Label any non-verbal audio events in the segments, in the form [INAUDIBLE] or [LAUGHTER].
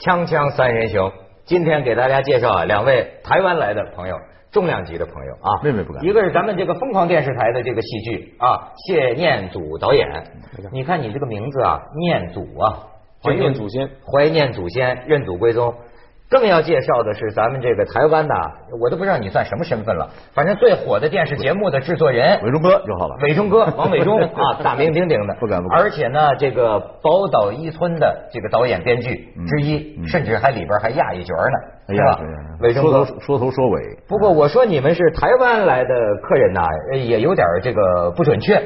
锵锵三人行，今天给大家介绍啊两位台湾来的朋友，重量级的朋友啊。妹妹不敢一个是咱们这个疯狂电视台的这个戏剧啊，谢念祖导演。嗯你看你这个名字啊，念祖啊，怀念祖先，怀念祖先，认祖归宗。更要介绍的是咱们这个台湾的啊，我都不知道你算什么身份了，反正最火的电视节目的制作人伟忠哥就好了。伟忠哥， [LAUGHS] 王伟忠啊，大名鼎鼎的，不敢不敢而且呢，这个宝岛一村的这个导演编剧之一，嗯嗯甚至还里边还压一角呢，哎是呀吧哎呀，？伟忠说哥头。说头说尾，不过我说你们是台湾来的客人呐、呃也有点这个不准确。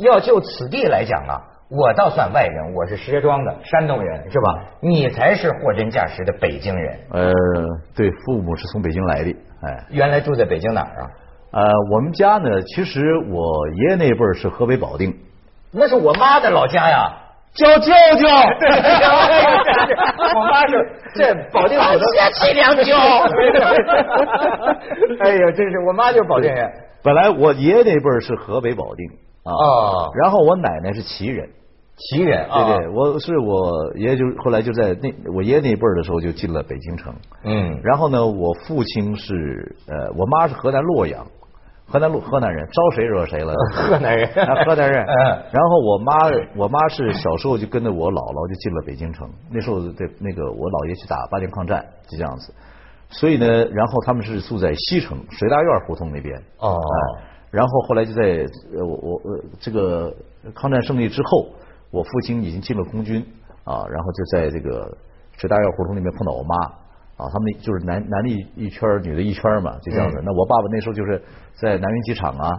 要就此地来讲啊，我倒算外人，我是石家庄的山东人，是吧？你才是货真价实的北京人。呃，对，父母是从北京来的，哎，原来住在北京哪儿啊？呃，我们家呢，其实我爷爷那辈儿是河北保定，那是我妈的老家呀。叫舅 [LAUGHS] 舅， [LAUGHS] 我妈是这保定 [LAUGHS] 府的，谢良久。哎呦，真是我妈就是保定人。本来我爷爷那辈儿是河北保定啊，哦然后我奶奶是齐人，奇人啊，对对，我是我爷爷就后来就在那我爷爷那辈儿的时候就进了北京城，嗯，然后呢，我父亲是呃，我妈是河南洛阳，河南洛河南人，招谁惹谁了？河南人啊河南人。嗯然后我妈，我妈是小时候就跟着我姥姥就进了北京城，那时候对那个我姥爷去打八年抗战，就这样子。所以呢，然后他们是住在西城水大院胡同那边。 [LAUGHS] 哦哎然后后来就在呃我我我这个抗战胜利之后，我父亲已经进了空军啊，然后就在这个水大院胡同里面碰到我妈啊，他们就是男男的一一圈儿，女的一圈儿嘛，就这样子。嗯那我爸爸那时候就是在南云机场啊，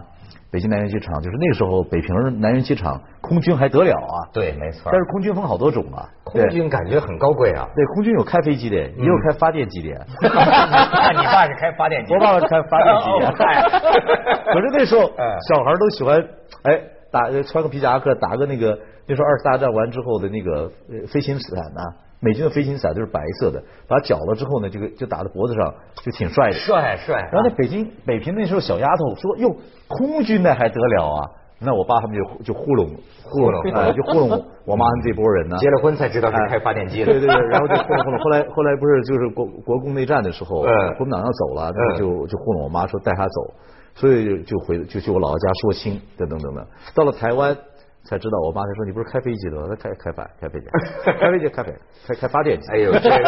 北京南云机场，就是那个时候北平南云机场空军还得了啊，对，没错但。是空军分好多种啊，对空军嗯感觉很高贵啊。对空军有开飞机的，也有开发电机的。 [LAUGHS] 那你爸是开发电机？我爸爸开发电机 [LAUGHS] 哦的，嗨可是那时候嗯小孩儿都喜欢哎打穿个皮夹克，打个那个那时候二次大战完之后的那个呃飞行伞呐、美军的飞行伞都是白色的，把它绞了之后呢，这个就打在脖子上，就挺帅的。帅帅啊。然后那北京北平那时候小丫头说：“哟，空军那还得了啊？”那我爸他们就就糊弄糊 [LAUGHS] 弄哎就糊弄我我妈他们这波人呢。结了婚才知道是开发电机的。对对 [LAUGHS] 对，然后就糊弄糊弄。后来后来不是就是国国共内战的时候，嗯国民党要走了，那嗯就就糊弄我妈说带她走，所以就回就去我姥姥家说亲，等等等等。到了台湾才知道，我妈她说你不是开飞机的吗？她开开发开飞机，开飞机开飞开开发电 [LAUGHS] 机。哎呦，这个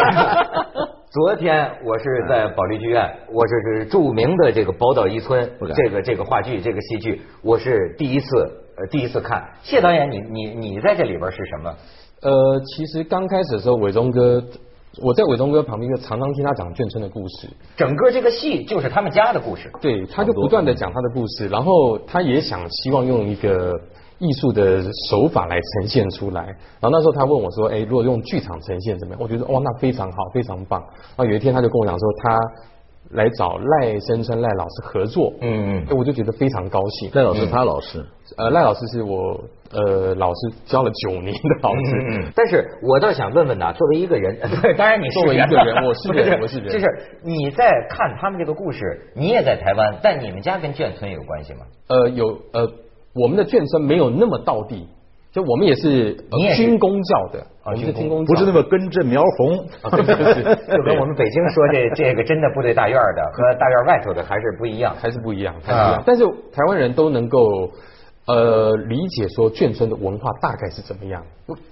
[LAUGHS] 昨天我是在保利剧院，我是是著名的这个宝岛一村不敢这个这个话剧这个戏剧，我是第一次呃第一次看。谢导演，你你你在这里边是什么？呃，其实刚开始的时候，伟忠哥，我在伟忠哥旁边就常常听他讲眷村的故事，整个这个戏就是他们家的故事。对，他就不断的讲他的故事，然后他也想希望用一个艺术的手法来呈现出来。然后那时候他问我说，哎，如果用剧场呈现怎么样？我觉得哇，那非常好，非常棒。然后有一天他就跟我讲说，他来找赖声川赖老师合作，嗯嗯，我就觉得非常高兴。嗯赖老师，他老师，呃，赖老师是我呃老师教了九年的老师，嗯嗯，但是我倒想问问呐，作为一个人， [LAUGHS] 当然你是作为一个人我是 [LAUGHS] 不人我是人就是你在看他们这个故事，你也在台湾，但你们家跟眷村有关系吗？呃，有呃，我们的眷村没有那么道地，就我们也是、呃你也是军工教的，啊我们是军军工工不是那么么根正苗红。啊 [LAUGHS] 就跟我们北京说这这个真的部队大院儿的和大院儿外头的还是不一样。还是不一样，还是不一样。啊但是台湾人都能够呃理解说眷村的文化大概是怎么样，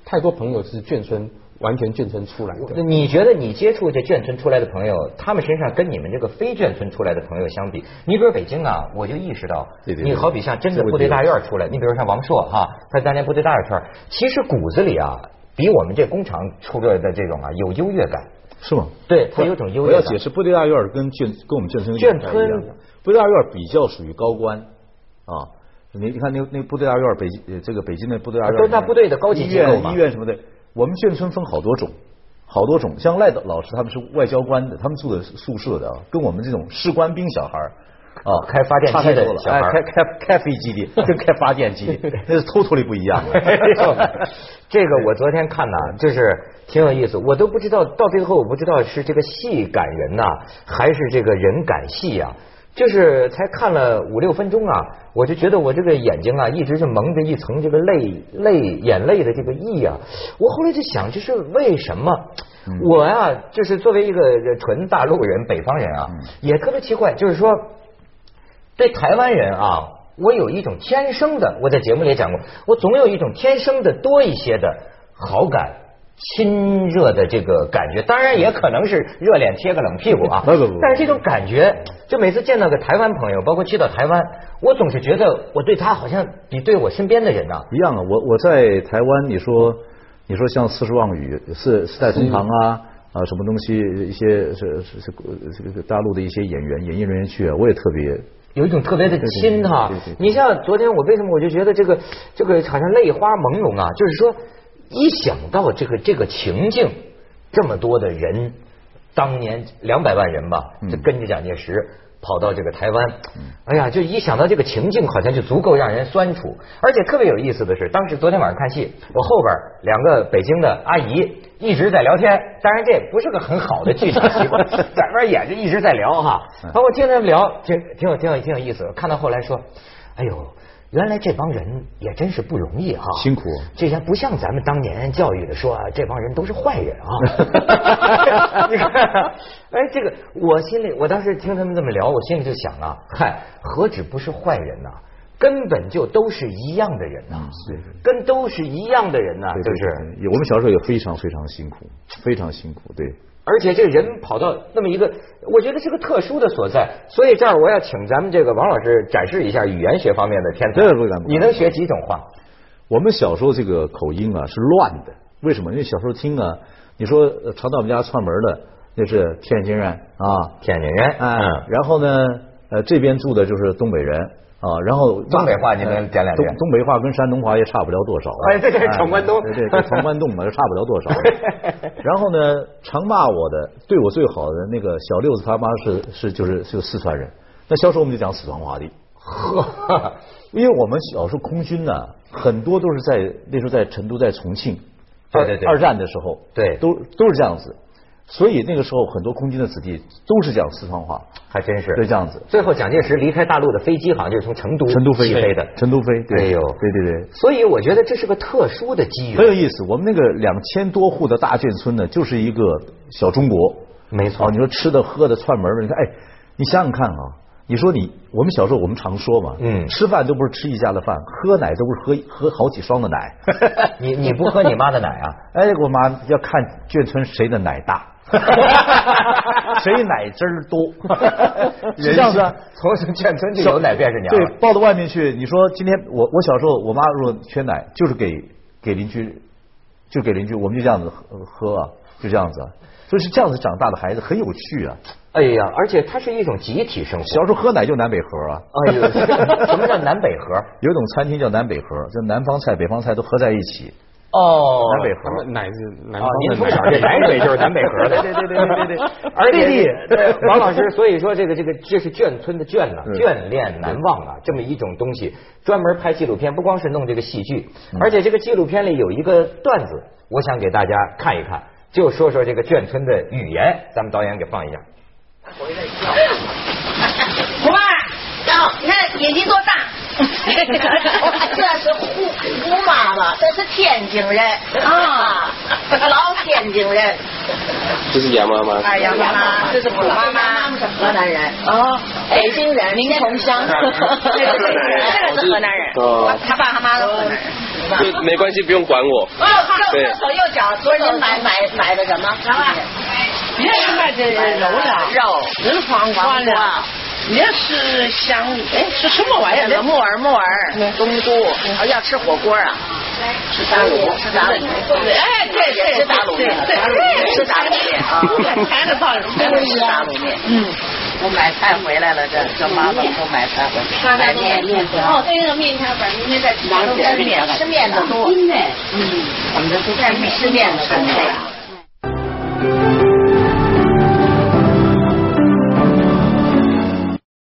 太多朋友是眷村完全眷村出来的。你觉得你接触这眷村出来的朋友，他们身上跟你们这个非眷村出来的朋友相比，你比如北京啊，我就意识到，对对对你好比像真的部队大院儿出来，你比如像王朔哈、他当年部队大院出来，其实骨子里啊，比我们这工厂出来的这种啊有优越感，是吗？对他有种优我越要感。解释部队大院儿跟眷跟我们眷村的眷不太一样村部队大院儿比较属于高官啊。你你看那那部队大院儿北京呃这个北京的部队大院儿都是大部队的高级医机构院嘛医院什么的，我们眷村分好多种。好多种，像赖老师他们是外交官的，他们住的宿舍的啊，跟我们这种士官兵小孩儿啊，开发电机的差太多了小孩儿哎开开开飞机的，跟开发电 [LAUGHS] 机的，那是 totally 不一样的。这个我昨天看呐、就是挺有意思，我都不知道到最后我不知道是这个戏感人呐、还是这个人感戏呀、就是才看了五六分钟啊，我就觉得我这个眼睛啊，一直是蒙着一层这个泪泪眼泪的这个意啊。我后来就想，这是为什么？我啊，就是作为一个纯大陆人、北方人啊，也特别奇怪，就是说对台湾人啊，我有一种天生的，我在节目里也讲过，我总有一种天生的多一些的好感。亲热的这个感觉，当然也可能是热脸贴个冷屁股 [LAUGHS] 啊。不不不但是这种感觉，就每次见到个台湾朋友，包括去到台湾，我总是觉得我对他好像比对我身边的人呐、一样啊，我我在台湾，你说你说像四十望语、四四代同堂啊啊什么东西，一些是是是这个这个大陆的一些演员、演艺人员去啊，我也特别有一种特别的亲哈、对对对你像昨天我为什么我就觉得这个这个好像泪花朦胧啊？就是说，一想到这个这个情境，这么多的人，当年两百万人吧，就跟着蒋介石。跑到这个台湾，哎呀，就一想到这个情境，好像就足够让人酸楚。而且特别有意思的是，当时昨天晚上看戏，我后边两个北京的阿姨一直在聊天，当然这也不是个很好的剧情 [LAUGHS] 习惯，在那边演着一直在聊哈。包括听他们聊，挺挺有挺有挺有意思。看到后来说，哎呦，原来这帮人也真是不容易哈，辛苦这些不像咱们当年教育的说啊，这帮人都是坏人啊。 [LAUGHS] 你看，哎，这个我心里，我当时听他们这么聊，我心里就想啊，嗨，何止不是坏人呐、根本就都是一样的人呐、跟都是一样的人呐、对就对是。对我们小时候也非常非常辛苦，非常辛苦，对。而且这人跑到那么一个，我觉得是个特殊的所在，所以这儿我要请咱们这个王老师展示一下语言学方面的天才这不敢不。敢你能学几种话？我们小时候这个口音啊是乱的，为什么？因为小时候听啊，你说呃常到我们家串门的那是天津人啊，天津人，哎，然后呢，呃，这边住的就是东北人啊，然后东北话你能讲两句东东北话跟山东话也差不了多少啊。哎对对闯关东对对，对闯关东嘛，也差不了多少。 [LAUGHS] 然后呢，常骂我的、对我最好的那个小六子他妈是是就是是个四川人，那小时候我们就讲四川话的。呵，因为我们小时候空军呢、很多都是在那时候在成都、在重庆，对对对二二战的时候，对都都是这样子。所以那个时候很多空军的子弟都是讲四川话， [LAUGHS] 还真是。对这样子。最后，蒋介石离开大陆的飞机好像就是从成都成都飞起飞的。成都飞，对哎呦对哎对对，所以我觉得这是个特殊的机很缘。有意思。我们那个两千多户的大眷村呢，就是一个小中国。没错啊，你说吃的、喝的、串门的，你看，哎，你想想看啊，你说你我们小时候我们常说嘛，嗯吃饭都不是吃一家的饭，喝奶都不是喝喝好几双 [LAUGHS] 的奶。你你不喝你妈的奶 [LAUGHS] 啊？哎，我妈要看眷村谁的奶大，谁奶汁儿多，是这样子啊。从眷村就有奶便是娘对了。，抱到外面去。你说今天我我小时候，我妈如果缺奶，就是给给邻居，就给邻居，我们就这样子喝喝啊，就这样子啊。所以是这样子长大的孩子很有趣啊。哎呀，而且它是一种集体生活。小时候喝奶就南北河啊，哎 [LAUGHS] 呦，什么叫南北河？有一种餐厅叫南北河，就南方菜、北方菜都合在一起。哦，南北他河们奶是南啊方，您的从奶小这奶水就是南北河的，对对对对对对对而且对对王老师，所以说这个这个这是眷村的眷呐，嗯眷恋难忘啊，这么一种东西，专门拍纪录片，不光是弄这个戏剧，而且这个纪录片里有一个段子，我想给大家看一看，就说说这个眷村的语言，咱们导演给放一下。 [LAUGHS] 伙伴儿，哦走，你看眼睛多 [LAUGHS] 大？这是胡胡妈妈，这是天津人哦啊，老天津人。这是杨妈妈。二杨妈妈，这是虎妈妈，是河南人哦，北京人，您同乡，这是北京人， [LAUGHS] 这个是河南人，哦，他爸他妈都河南人。没没关系，不用管我。哦，靠对左右脚，昨儿您买买买的什么？什么？你看看这啊揉的，肉，人黄黄瓜，你是香，哎，是什么玩意木耳木耳，冬菇，哦要吃火锅啊？吃打卤，吃打卤，哎，对对吃打卤面，吃打卤面啊。才能放大卤面。嗯，我买菜回来了，这这妈妈给我买菜回来。买面面哦，对，那个面条粉，明天再拿吃面吃面的多。嗯，我们这都在吃面的多。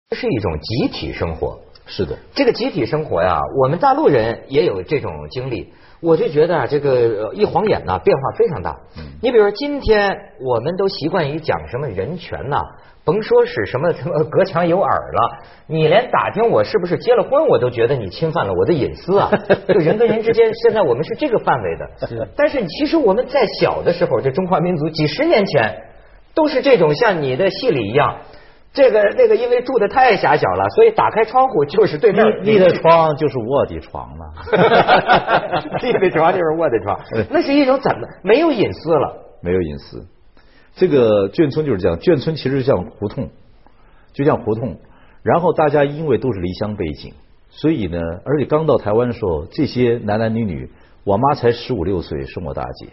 这是一种集体生活。是的，这个集体生活呀，我们大陆人也有这种经历。我就觉得啊，这个呃一晃眼呐、变化非常大。你比如说，今天我们都习惯于讲什么人权呐、甭说是什么什么隔墙有耳了，你连打听我是不是结了婚，我都觉得你侵犯了我的隐私啊！就人跟人之间，现在我们是这个范围的。但是其实我们在小的时候，这中华民族几十年前都是这种像你的戏里一样。这个那个，因为住的太狭小了，所以打开窗户就是对面你你的 [LAUGHS] 床就是卧底床呢。你的床就是我的床，那是一种怎么没有隐私了？没有隐私。这个眷村就是这样，眷村其实就像胡同，就像胡同。然后大家因为都是离乡背景，所以呢，而且刚到台湾的时候，这些男男女女，我妈才十五六岁，生我大姐，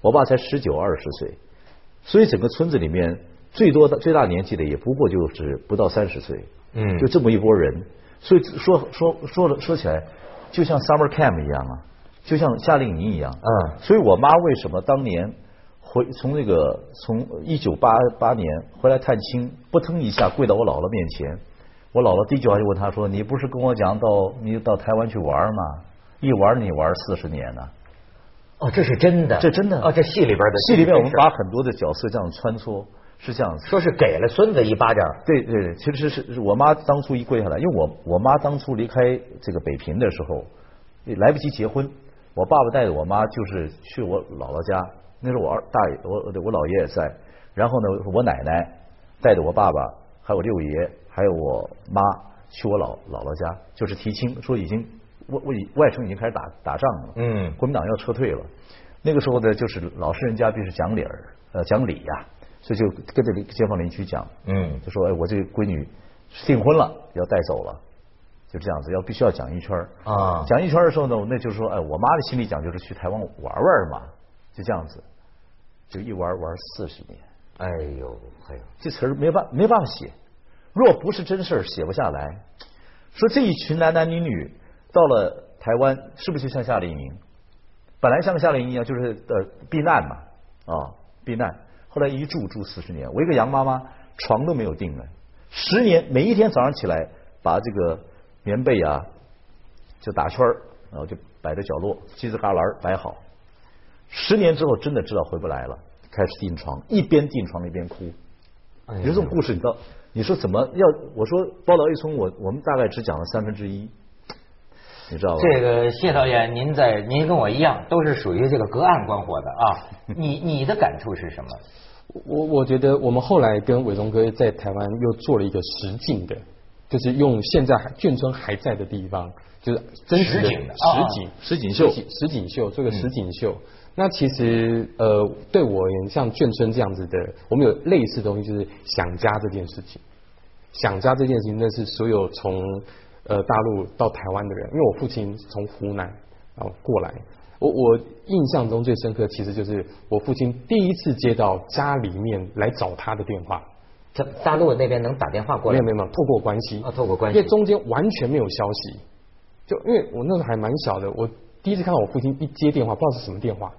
我爸才十九二十岁，所以整个村子里面最多的最大年纪的也不过就是不到三十岁，嗯就这么一拨人。所以说说说了说起来，就像 summer camp 一样啊，就像夏令营一样，嗯所以我妈为什么当年回从那个从一九八八年回来探亲，扑腾一下跪到我姥姥面前，我姥姥第一句话就问她说：“你不是跟我讲到你到台湾去玩吗？一玩你玩四十年呢、哦，这是真的，这真的哦，这戏里边的戏里面我们是把很多的角色这样穿梭，是这样子。说是给了孙子一巴掌，对对，对，其实是是我妈当初一跪下来，因为我我妈当初离开这个北平的时候，也来不及结婚，我爸爸带着我妈就是去我姥姥家，那时候我二大爷我我姥爷也在，然后呢我奶奶带着我爸爸还有六爷还有我妈去我姥姥姥家，就是提亲，说已经外外外省已经开始打打仗了，嗯国民党要撤退了。那个时候呢，就是老实人家必须讲理儿，呃，讲理呀、所以就跟着邻街坊邻居讲，嗯就说哎，我这个闺女订婚了，要带走了，就这样子，要必须要讲一圈儿啊讲一圈儿的时候呢，那就是说，哎，我妈的心里讲就是去台湾玩玩嘛，就这样子，就一玩玩四十年，哎呦哎呦，这词儿没办没办法写，若不是真事儿写不下来。说这一群男男女女到了台湾，是不是就像夏令营？本来像夏令营一样，就是呃避难嘛，啊、避难。后来一住住四十年，我一个杨妈妈床都没有定呢，十年每一天早上起来把这个棉被啊就打圈儿，然后就摆在角落，叽里嘎啦儿摆好。十年之后真的知道回不来了，开始订床，一边订床一边哭。哎呦有这种故事，你知道？你说怎么要？我说包劳一村，我我们大概只讲了三分之一，你知道吧？这个谢导演，您在您跟我一样都是属于这个隔岸观火的 [LAUGHS] 啊，你你的感触是什么？我我觉得我们后来跟伟忠哥在台湾又做了一个实景的，就是用现在还眷村还在的地方，就是真实实的景的啊实景实景秀实景实景秀做个实景秀。那其实呃，对我而言，像眷村这样子的，我们有类似的东西，就是想家这件事情。想家这件事情，那是所有从呃大陆到台湾的人，因为我父亲从湖南然后过来，我我印象中最深刻，其实就是我父亲第一次接到家里面来找他的电话，这大陆那边能打电话过没来有吗没有没有，透过关系啊透过关系因为中间完全没有消息，就因为我那时候还蛮小的，我第一次看到我父亲一接电话，不知道是什么电话，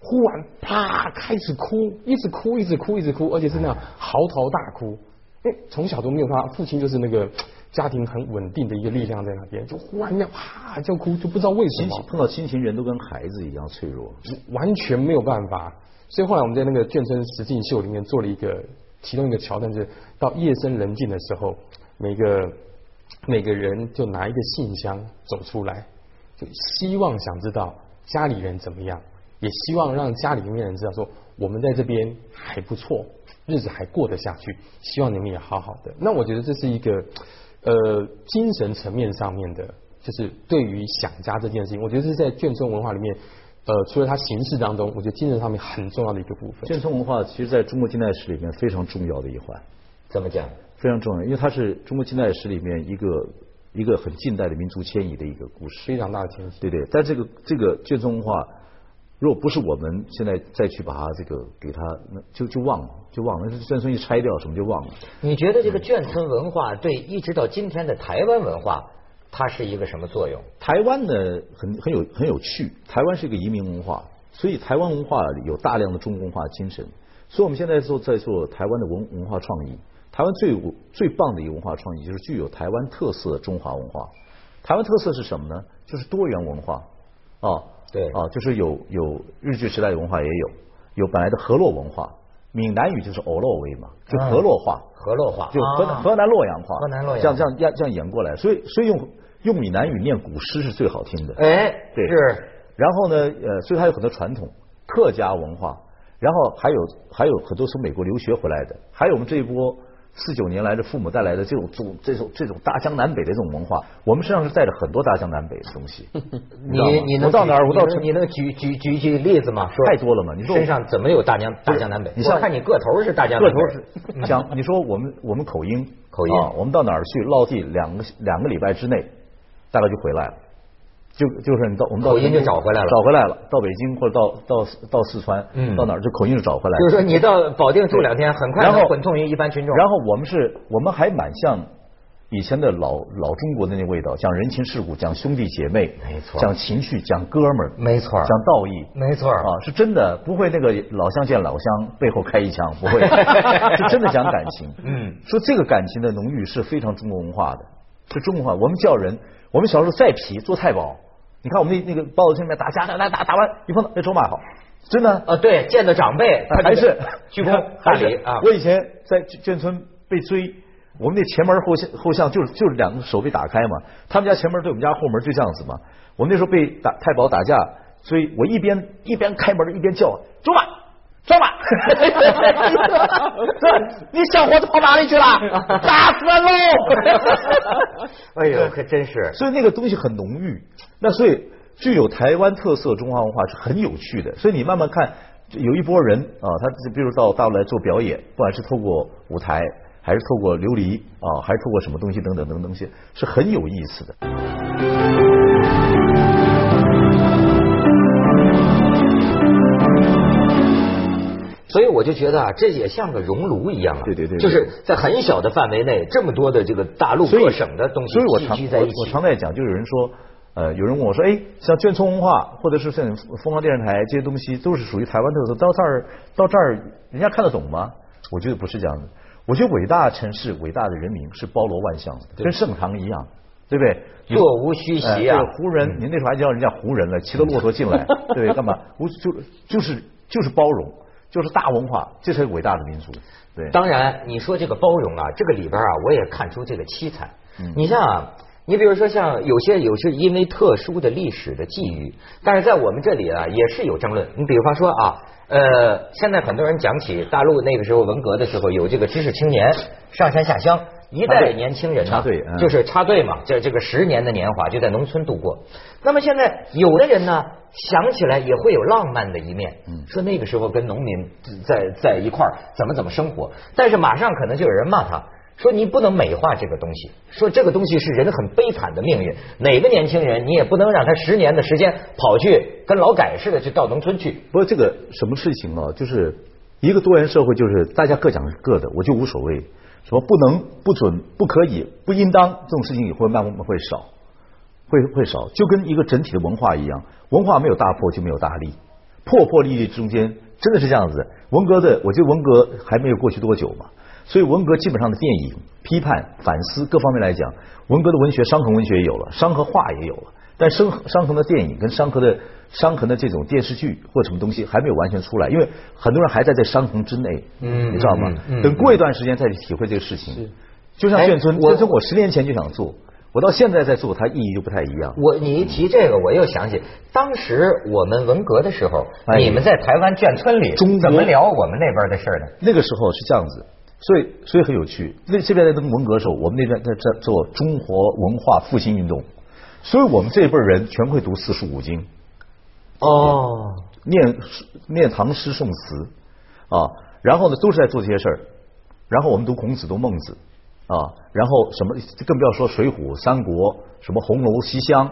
忽然啪开始哭，一直哭，一直哭，一直哭，而且是那样嚎啕大哭。因为从小都没有他父亲就是那个家庭很稳定的一个力量在那边，就忽然那样啪就哭，就不知道为什亲么情。碰到亲情，人都跟孩子一样脆弱。完全没有办法。所以后来我们在那个眷村实境秀里面做了一个其中一个桥段，就是到夜深人静的时候，每个每个人就拿一个信箱走出来，就希望想知道家里人怎么样，也希望让家里面人知道说我们在这边还不错，日子还过得下去，希望你们也好好的。那我觉得这是一个呃精神层面上面的，就是对于想家这件事情，我觉得这是在眷村文化里面。呃，除了它形式当中，我觉得精神上面很重要的一个部分。眷村文化其实在中国近代史里面非常重要的一环，怎么讲？非常重要，因为它是中国近代史里面一个一个很近代的民族迁移的一个故事。非常大的前提。对对，但这个这个眷村文化，如果不是我们现在再去把它这个给它，那就就忘了，就忘了。眷村一拆掉，什么就忘了。你觉得这个眷村文化对一直到今天的台湾文化，它是一个什么作用？台湾呢，很很有很有趣。台湾是一个移民文化，所以台湾文化里有大量的中国文化精神。所以我们现在做在做台湾的文文化创意。台湾最有最棒的一个文化创意就是具有台湾特色的中华文化。台湾特色是什么呢？就是多元文化啊。对啊，就是有有日据时代的文化也有，有本来的河洛文化，闽南语就是欧洛威嘛，就河洛话，河洛话，就河啊河南洛阳话，河南洛阳这样这样这样这样演过来，所以所以用用闽南语念古诗是最好听的。哎，对是，然后呢，呃，所以它有很多传统客家文化，然后还有还有很多从美国留学回来的，还有我们这一波四九年来的父母带来的这种这种这种这种大江南北的这种文化，我们身上是带着很多大江南北的 [LAUGHS] 东西。知道吗你你能我到哪儿举我到你能你能举举举举例子吗？说太多了嘛你说我身上怎么有大江大江南北？你像我看你个头是大江个南头北， [LAUGHS] 是讲，你说我们我们口音口音啊，我们到哪儿去落地两个两个礼拜之内，大概就回来了。就就是你到我们到口音就成都找回来了找回来了。到北京或者到到到四川，嗯到哪儿就口音就找回来了。就是说你到保定住两天，很快然后能混同于一般群众。然后我们是，我们还蛮像以前的老老中国的那味道，讲人情世故，讲兄弟姐妹，没错讲情绪，讲哥们儿，没错讲道义，没错啊，是真的，不会那个老乡见老乡背后开一枪，不 [LAUGHS] 会，是真的讲感情。嗯，说这个感情的浓郁是非常中国文化的，是中国文化。我们叫人，我们小时候再皮做太保，你看我们那那个包子厅里面打架，打打打打完一碰到，哎，走马好，真的。啊，对，见到长辈他就啊 [LAUGHS] 还是鞠躬大还是礼啊。我以前在眷村被追，我们那前门后巷后巷就是就是两个手被打开嘛，他们家前门对我们家后门就这样子嘛。我们那时候被打太保打架追，我一边一边开门一边叫走吧。抓吧！ [LAUGHS] 你小伙子跑哪里去了？打死喽！ [LAUGHS] 哎呦，可真是。所以那个东西很浓郁。那所以具有台湾特色中华文化是很有趣的。所以你慢慢看，就有一波人啊，他比如到大陆来做表演，不管是透过舞台，还是透过琉璃啊，还是透过什么东西等等等等东西，是很有意思的。所以我就觉得啊，这也像个熔炉一样啊，对对对对就是在很小的范围内，这么多的这个大陆所以各省的东西所以我聚常集在一我我起常。在讲，就有人说，呃，有人问我说，哎，像眷村文化或者是像凤凰电视台这些东西，都是属于台湾特色。到这儿到这儿，人家看得懂吗？我觉得不是这样的。我觉得伟大城市、伟大的人民是包罗万象的，跟盛唐一样，对不对？你座无虚哎席啊对胡人，您那时候还叫人家胡人了，骑着骆驼进来， [LAUGHS] 对不对？干嘛？我就就是就是包容，就是大文化，这才是伟大的民族。对，当然，你说这个包容啊，这个里边啊，我也看出这个凄惨。你像啊，你比如说像有些有些因为特殊的历史的际遇，但是在我们这里啊，也是有争论。你比方说啊，呃，现在很多人讲起大陆那个时候文革的时候，有这个知识青年上山下乡，一代插队年轻人呢、插队嗯就是。就是插队嘛，这这个十年的年华就在农村度过。那么现在有的人呢，想起来也会有浪漫的一面，嗯说那个时候跟农民在在一块儿怎么怎么生活，但是马上可能就有人骂他。说你不能美化这个东西，说这个东西是人很悲惨的命运。哪个年轻人你也不能让他十年的时间跑去跟劳改似的去到农村去。不过这个什么事情啊，就是一个多元社会，就是大家各讲各的，我就无所谓。什么不能、不准、不可以、不应当这种事情，也会慢慢会少，会会少，就跟一个整体的文化一样，文化没有大破就没有大立，破破立立中间真的是这样子。文革的，我觉得文革还没有过去多久嘛，所以文革基本上的电影批判、反思各方面来讲，文革的文学伤痕文学也有了，伤和画也有了，但伤伤痕的电影跟伤痕的伤痕的这种电视剧或什么东西还没有完全出来，因为很多人还在这伤痕之内，嗯你知道吗嗯？嗯等过一段时间再去体会这个事情。就像哎眷村，我眷村我十年前就想做，我到现在在做，它意义就不太一样。我你一提这个，我又想起当时我们文革的时候，哎你们在台湾眷村里中国怎么聊我们那边的事儿呢？那个时候是这样子，所以所以很有趣。那这边在弄文革的时候，我们那边在在做中国文化复兴运动，所以我们这一辈人全会读四书五经，哦，念诗念唐诗宋词啊，然后呢都是在做这些事儿。然后我们读孔子、读孟子啊，然后什么更不要说《水浒》《三国》什么《红楼》《西厢》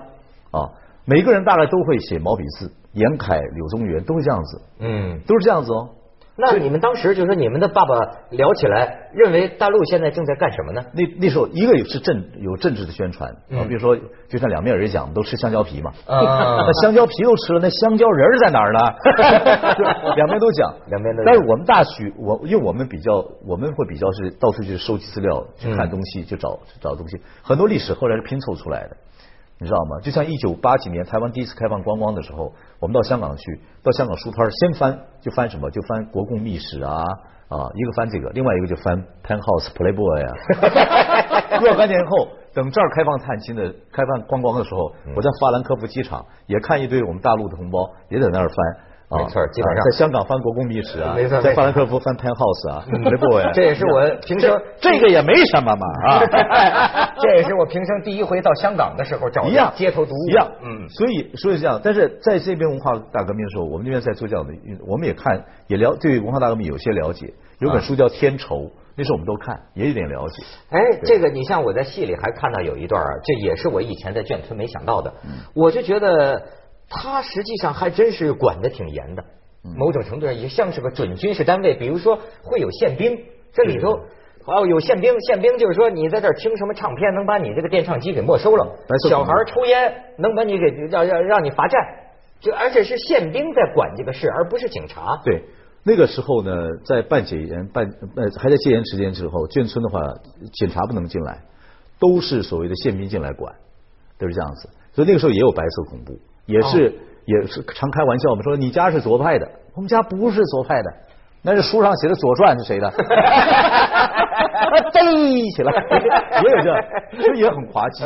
啊，每个人大概都会写毛笔字，严凯、柳宗元都会这样子，嗯，都是这样子哦。那你们当时就说你们的爸爸聊起来，认为大陆现在正在干什么呢？那那时候，一个是政有政治的宣传啊嗯，比如说，就像两面人讲，都吃香蕉皮嘛，啊那香蕉皮都吃了，那香蕉仁儿在哪 [LAUGHS] 儿呢？两边都讲，两边都讲但是我们大学，我因为我们比较，我们会比较是嗯到处去收集资料，去看东西，去找去找东西，很多历史后来是拼凑出来的。你知道吗？就像一九八几年台湾第一次开放观光的时候，我们到香港去，到香港书摊儿先翻就翻什么？就翻国共秘史啊啊，一个翻这个，另外一个就翻 Penthouse Playboy 啊。 [LAUGHS] 若干年后，等这儿开放探亲的、开放观光的时候，嗯我在法兰克福机场也看一堆我们大陆的同胞也在那儿翻。啊没错儿基本上在香港翻国共历史啊，没错在没错法兰克福翻 Penthouse 啊，Playboy 啊， [LAUGHS] 这也是我平时，这这个也没什么嘛啊 [LAUGHS] 这也是我平生第一回到香港的时候找一样的街头读物一样，嗯嗯，，所以所以是这样，但是在这边文化大革命的时候，我们这边在做这样的运，我们也看也了对文化大革命有些了解，有啊本书叫《天仇》，那时候我们都看，也有点了解。哎，这个你像我在戏里还看到有一段啊，这也是我以前在眷村没想到的，我就觉得他实际上还真是管得挺严的，某种程度上也像是个准军事单位，比如说会有宪兵，这里头。哦，有宪兵，宪兵就是说你在这儿听什么唱片，能把你这个电唱机给没收了白色恐；怖小孩儿抽烟，能把你给让让让你罚站，就而且是宪兵在管这个事，而不是警察。对，那个时候呢，在半解严、半呃还在戒严时间之后，眷村的话，警察不能进来，都是所谓的宪兵进来管，都是这样子。所以那个时候也有白色恐怖，也是、也是常开玩笑嘛，说你家是左派的，我们家不是左派的，那是书上写的《左传》是谁的？ [LAUGHS] 逮起来，也有这，所以也很滑稽。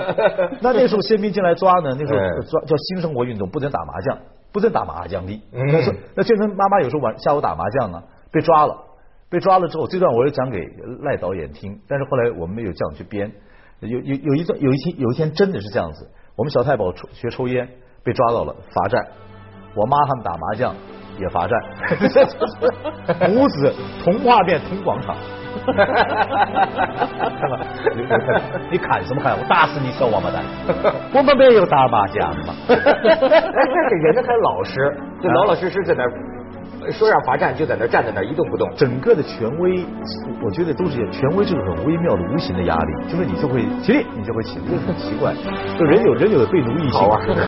那那时候宪兵进来抓呢，那时候哎抓叫新生活运动，不准打麻将，不准打麻将的。嗯那是那眷村妈妈有时候晚下午打麻将啊，被抓了，被抓了之后，这段我也讲给赖导演听，但是后来我们没有这样去编。有有有一段有一天有一天真的是这样子，我们小太保抽学抽烟被抓到了罚站，我妈他们打麻将也罚站，母子同花店同广场。看吧，你你看你砍什么砍？我打死你，小王八蛋！我们没有打麻将嘛。 [LAUGHS] 哎，那这人还老实，就老老实实在那儿说让罚站就在那儿站在那儿一动不动。整个的权威，我觉得都是权威，是个很微妙的无形的压力，就是你就会起立，你就会起立，这很奇怪，就人有人有被奴役性。好玩